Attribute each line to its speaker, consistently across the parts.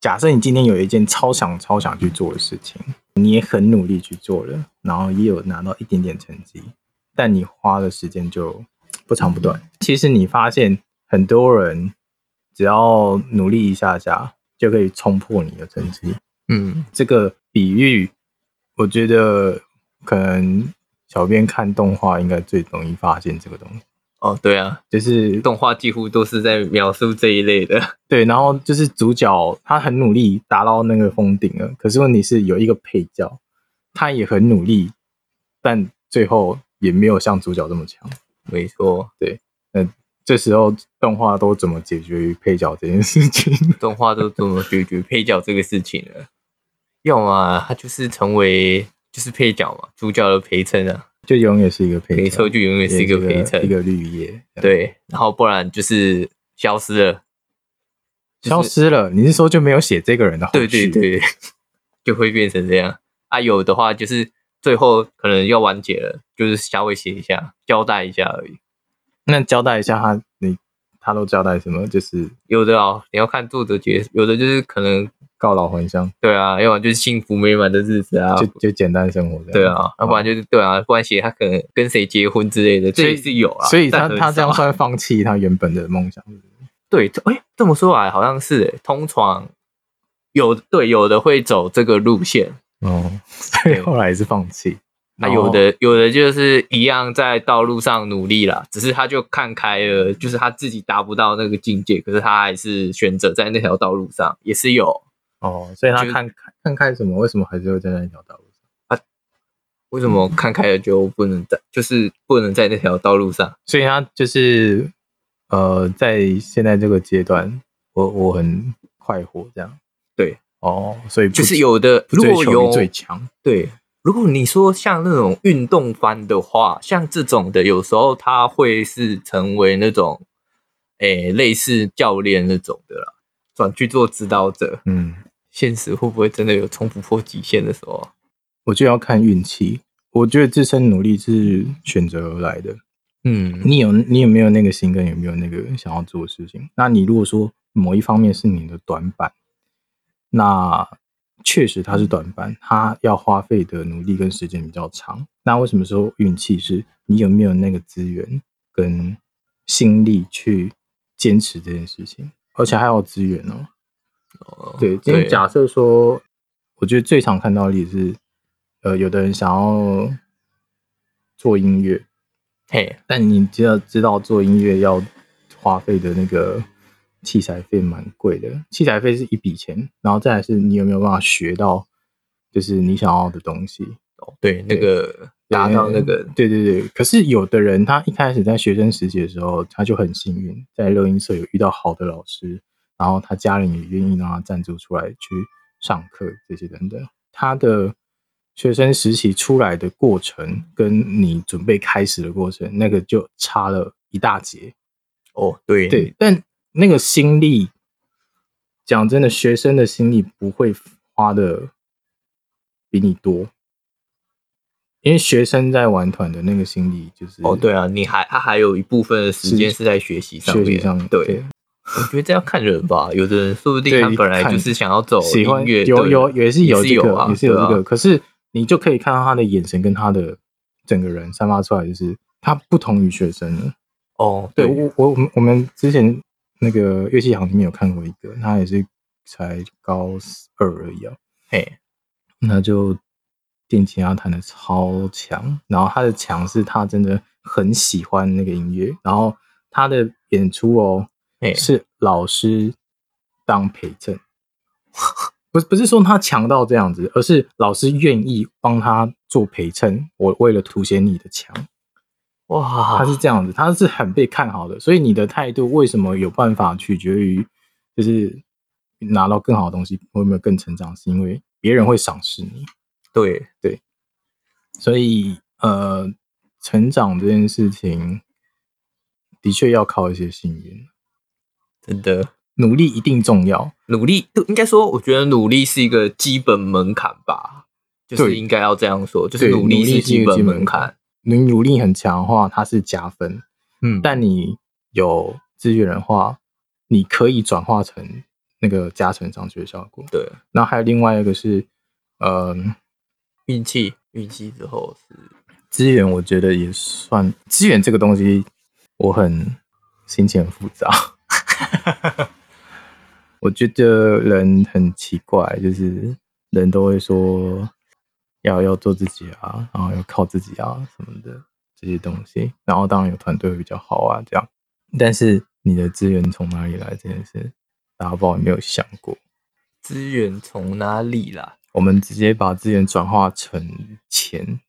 Speaker 1: 假设你今天有一件超想超想去做的事情，你也很努力去做了，然后也有拿到一点点成绩，但你花的时间就不长不短。其实你发现很多人只要努力一下下，就可以冲破你的成绩。
Speaker 2: 嗯，
Speaker 1: 这个比喻，我觉得可能小编看动画应该最容易发现这个东西，
Speaker 2: 哦，对啊，
Speaker 1: 就是
Speaker 2: 动画几乎都是在描述这一类的。
Speaker 1: 对，然后就是主角他很努力达到那个封顶了，可是问题是有一个配角，他也很努力，但最后也没有像主角这么强。
Speaker 2: 没错，
Speaker 1: 这时候动画都怎么解决于配角这件事情？
Speaker 2: 动画都怎么解决配角这个事情了？要么他就是成为就是配角嘛，主角的陪衬啊，
Speaker 1: 就永远是一个配角，
Speaker 2: 没错，就永远
Speaker 1: 也
Speaker 2: 是一个陪衬
Speaker 1: 一。个绿叶。
Speaker 2: 对，然后不然就是消失了。
Speaker 1: 消失了，你是说就没有写这个人的后
Speaker 2: 对对
Speaker 1: 续？
Speaker 2: 对， 就会变成这样啊。有的话就是最后可能要完结了，就是稍微写一下，交代一下而已。
Speaker 1: 那交代一下他，你他都交代什么？就是
Speaker 2: 有的啊，你要看作者结，有的就是可能
Speaker 1: 告老还乡，
Speaker 2: 对啊，要不然就是幸福美满的日子啊，
Speaker 1: 就就简单生活这样。
Speaker 2: 对啊，要不然就是对啊，不然写他可能跟谁结婚之类的，这
Speaker 1: 所以
Speaker 2: 也是有啊。
Speaker 1: 所以他
Speaker 2: 但很
Speaker 1: 他这样
Speaker 2: 少啊
Speaker 1: 算放弃他原本的梦想，
Speaker 2: 对，哎、这么说来好像是、欸，通常有对有的会走这个路线，
Speaker 1: 哦，所以后来也是放弃。
Speaker 2: 那、
Speaker 1: 然后
Speaker 2: 有的有的就是一样在道路上努力啦，只是他就看开了，就是他自己达不到那个境界，可是他还是选择在那条道路上，也是有。
Speaker 1: 哦，所以他
Speaker 2: 就
Speaker 1: 看开看开什么？为什么还是会在那条道路上？
Speaker 2: 为什么看开了就不能在，就是不能在那条道路上？
Speaker 1: 所以他就是呃，在现在这个阶段，我我很快活这样。
Speaker 2: 对，
Speaker 1: 哦，所以不
Speaker 2: 就是有的，
Speaker 1: 不
Speaker 2: 如
Speaker 1: 追
Speaker 2: 果
Speaker 1: 求
Speaker 2: 有
Speaker 1: 你最强，
Speaker 2: 对，如果你说像那种运动番的话，像这种的，有时候他会是成为那种，诶、类似教练那种的啦，转去做指导者。
Speaker 1: 嗯，
Speaker 2: 现实会不会真的有冲不破极限的时候？啊
Speaker 1: 我就要看运气。我觉得自身努力是选择而来的，
Speaker 2: 嗯，
Speaker 1: 你有你有没有那个心跟有没有那个想要做的事情？那你如果说某一方面是你的短板，那确实它是短板，它要花费的努力跟时间比较长。那为什么说运气是你有没有那个资源跟心力去坚持这件事情？而且还有资源哦。
Speaker 2: 哦
Speaker 1: 嗯对，今天假设说，我觉得最常看到的例子是，呃，有的人想要做音乐，
Speaker 2: 嘿，
Speaker 1: 但你知道知道做音乐要花费的那个器材费蛮贵的，器材费是一笔钱，然后再来是你有没有办法学到就是你想要的东西，
Speaker 2: 对，那个达到那个，
Speaker 1: 对对对。可是有的人他一开始在学生时期的时候，他就很幸运，在乐音社有遇到好的老师，然后他家人也愿意让他赞助出来去上课这些等等。他的学生时期出来的过程，跟你准备开始的过程，那个就差了一大截。
Speaker 2: 哦，对
Speaker 1: 对，，但那个心力，讲真的，学生的心力不会花的比你多，因为学生在玩团的那个心力就是
Speaker 2: 哦，对啊，你还他还有一部分的时间
Speaker 1: 是
Speaker 2: 是在学习上
Speaker 1: 学
Speaker 2: 面，
Speaker 1: 习上面
Speaker 2: 对。我觉得这要看人吧，有的人说不定
Speaker 1: 对
Speaker 2: 他本来
Speaker 1: 看
Speaker 2: 就是想要走
Speaker 1: 喜欢
Speaker 2: 音乐，
Speaker 1: 有
Speaker 2: 对
Speaker 1: 有也是有这
Speaker 2: 也
Speaker 1: 个
Speaker 2: 是有啊
Speaker 1: 也是有这
Speaker 2: 对
Speaker 1: 个，
Speaker 2: 啊
Speaker 1: 可是你就可以看到他的眼神跟他的整个人散发出来，就是他不同于学生了。
Speaker 2: 哦，
Speaker 1: 对我我我们我们之前那个乐器行里面有看过一个，他也是才高二而已啊，
Speaker 2: 嘿，
Speaker 1: 那就电吉他弹的超强，然后他的强是他真的很喜欢那个音乐，然后他的演出哦
Speaker 2: 嘿
Speaker 1: 是老师当陪衬，不是不是说他强到这样子，而是老师愿意帮他做陪衬，我为了凸显你的强，
Speaker 2: 哇，
Speaker 1: 他是这样子，他是很被看好的，所以你的态度为什么有办法取决于就是拿到更好的东西，会不会更成长，是因为别人会赏识你。
Speaker 2: 对
Speaker 1: 所以呃，成长这件事情的确要靠一些幸运，
Speaker 2: 真的
Speaker 1: 努力一定重要。
Speaker 2: 努力，对应该说，我觉得努力是一个基本门槛吧，就是
Speaker 1: 对
Speaker 2: 应该要这样说，就是
Speaker 1: 对
Speaker 2: 努力
Speaker 1: 努力
Speaker 2: 是
Speaker 1: 是一
Speaker 2: 基
Speaker 1: 个
Speaker 2: 本
Speaker 1: 基本
Speaker 2: 门
Speaker 1: 门槛
Speaker 2: 槛。
Speaker 1: 你努力很强的话，它是加分；
Speaker 2: 嗯，
Speaker 1: 但你有资源的话，你可以转化成那个加成上去的效果。
Speaker 2: 对，
Speaker 1: 然后还有另外一个是，呃，
Speaker 2: 运气运气之后是
Speaker 1: 资源，我觉得也算资源这个东西，我很心情很复杂。 我觉得人很奇怪，就是人都会说要要做自己啊，然后要靠自己啊什么的这些东西，然后当然有团队会比较好啊，这样。但是你的资源从哪里来这件事，大家不知道有没有想过？
Speaker 2: 资源从哪里啦？
Speaker 1: 我们直接把资源转化成钱，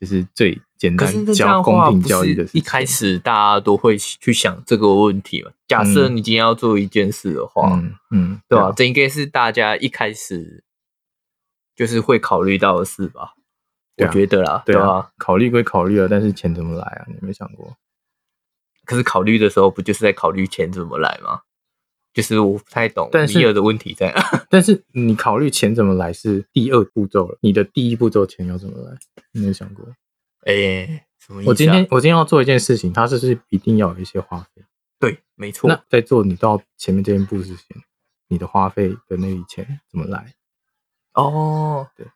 Speaker 1: 就是最简
Speaker 2: 可是
Speaker 1: 单
Speaker 2: 那这样
Speaker 1: 交
Speaker 2: 的
Speaker 1: 公
Speaker 2: 话，
Speaker 1: 平
Speaker 2: 不
Speaker 1: 交易的
Speaker 2: 是
Speaker 1: 事情。
Speaker 2: 一开始大家都会去想这个问题嘛？假设你今天要做一件事的话，
Speaker 1: 嗯嗯，
Speaker 2: 对吧、这应该是大家一开始就是会考虑到的事吧？
Speaker 1: 对
Speaker 2: 我
Speaker 1: 啊
Speaker 2: 觉得啦，
Speaker 1: 对
Speaker 2: 吧、
Speaker 1: 啊，考虑归考虑啊，但是钱怎么来啊？你有没有想过？
Speaker 2: 可是考虑的时候，不就是在考虑钱怎么来吗？就是我不太懂
Speaker 1: 但是
Speaker 2: 尼尔的问题在 哪。
Speaker 1: 但是你考虑钱怎么来是第二步骤了，你的第一步骤钱要怎么来？你有没有想过？
Speaker 2: 哎、什么意思、啊？
Speaker 1: 我今天我今天要做一件事情，它是不是一定要有一些花费？
Speaker 2: 对，没错，
Speaker 1: 那在做你到前面这一步之前，你的花费的那笔钱怎么来？
Speaker 2: 哦，
Speaker 1: 对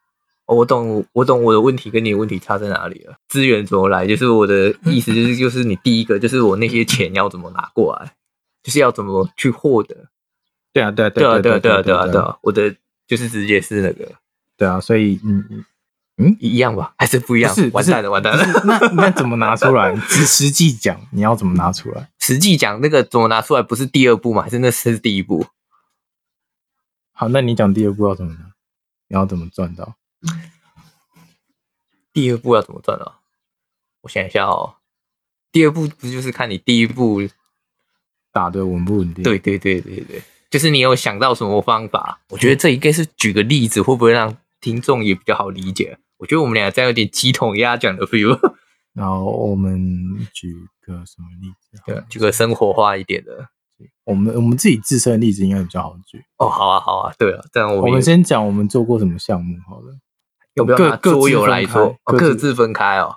Speaker 2: 哦，我懂，我懂我的问题跟你的问题差在哪里了。资源怎么来？就是我的意思，就是 就是你第一个就是我那些钱要怎么拿过来，就是要怎么去获得。
Speaker 1: 对啊，对啊，
Speaker 2: 对啊，
Speaker 1: 对
Speaker 2: 对啊，对啊，对
Speaker 1: 对
Speaker 2: 啊，对啊，我的就是直接是那个
Speaker 1: 对啊，所以嗯，
Speaker 2: 一样吧， 还是不一
Speaker 1: 不
Speaker 2: 样？
Speaker 1: 是
Speaker 2: 完蛋了，完蛋了。
Speaker 1: 那那怎么拿出来？ 实实际讲，你要怎么拿出来？
Speaker 2: 实际讲，那个怎么拿出来，不是第二步嘛？还是那是第一步？
Speaker 1: 好，那你讲第二步要怎么拿？你要怎么赚到？
Speaker 2: 第二步要怎么赚啊？我想一下哦，第二步不就是看你第一步？
Speaker 1: 嗯打的稳不稳定？
Speaker 2: 对对对对对，就是你有想到什么方法？我觉得这应该是举个例子，会不会让听众也比较好理解？我觉得我们俩这样有点鸡同鸭讲的 feel。
Speaker 1: 然后我们举个什么例子？啊
Speaker 2: 对，举个生活化一点的。
Speaker 1: 我们我们自己自身的例子应该比较好举。
Speaker 2: 哦，好啊，好啊，对啊，这样我
Speaker 1: 我
Speaker 2: 们
Speaker 1: 们先讲我们做过什么项目好了。
Speaker 2: 有没有
Speaker 1: 各
Speaker 2: 拿
Speaker 1: 各自
Speaker 2: 桌游
Speaker 1: 分
Speaker 2: 来
Speaker 1: 开
Speaker 2: 说？哦
Speaker 1: 各自
Speaker 2: 各自分开哦。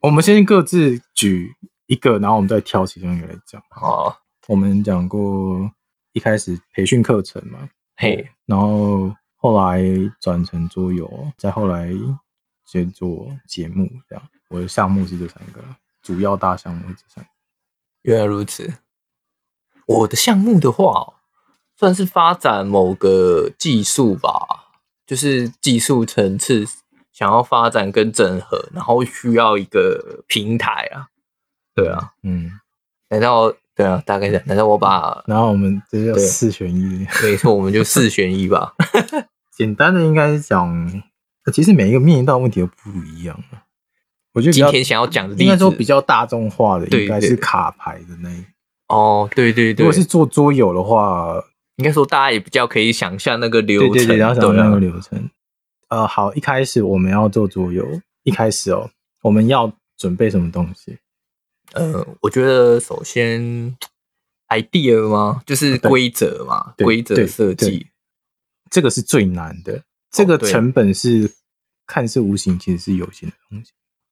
Speaker 1: 我们先各自举一个，然后我们再挑其中一个来讲。
Speaker 2: 哦，
Speaker 1: 我们讲过一开始培训课程嘛，
Speaker 2: 嘿，
Speaker 1: 然后后来转成桌游，再后来先做节目这样。我的项目是这三个啦，主要大项目是这三个。
Speaker 2: 原来如此。我的项目的话哦，算是发展某个技术吧，就是技术层次想要发展跟整合，然后需要一个平台啊。对啊，
Speaker 1: 嗯，
Speaker 2: 难道对啊？大概是难道我 把
Speaker 1: 然后我们这就
Speaker 2: 对
Speaker 1: 四选一。
Speaker 2: 没错，我们就四选一吧？
Speaker 1: 简单的应该是讲，呃其实每一个面临到的问题都不一样啊。我 觉得比
Speaker 2: 今
Speaker 1: 较
Speaker 2: 天想要讲的例子，
Speaker 1: 应该说比较大众化的，
Speaker 2: 对
Speaker 1: 应该
Speaker 2: 对
Speaker 1: 是卡牌的那一。
Speaker 2: 哦，对对
Speaker 1: 如
Speaker 2: 对，
Speaker 1: 果是做桌游的话，
Speaker 2: 应该说大家也比较可以想象那个流
Speaker 1: 对对
Speaker 2: 程，
Speaker 1: 对，然后想
Speaker 2: 对啊
Speaker 1: 那个流程。呃，好，一开始我们要做桌游，一开始哦，我们要准备什么东西？
Speaker 2: 呃，我觉得首先 idea 吗？就是
Speaker 1: 啊对
Speaker 2: 规则嘛，
Speaker 1: 对
Speaker 2: 规则
Speaker 1: 对
Speaker 2: 设计
Speaker 1: 对。这个是最难的，这个
Speaker 2: 哦对
Speaker 1: 成本是、看似无形，其实是有形的东西。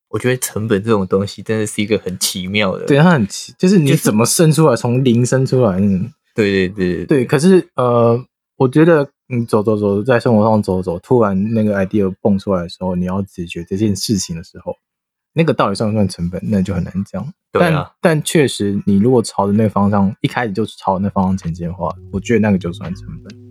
Speaker 2: 我觉得成本这种东西真的是一个很奇妙的。
Speaker 1: 对，啊它很奇，就是你
Speaker 2: 就是
Speaker 1: 怎么生出来，从零生出来那种。
Speaker 2: 对对对
Speaker 1: 对，可是呃，我觉得你走走走，在生活上走走，突然那个 idea 蹦出来的时候，你要解决这件事情的时候，那个到底算不算成本，那就很难讲。
Speaker 2: 对啊！
Speaker 1: 但但确实，你如果朝着那个方向，一开始就朝着那方向前进的话，我觉得那个就算成本。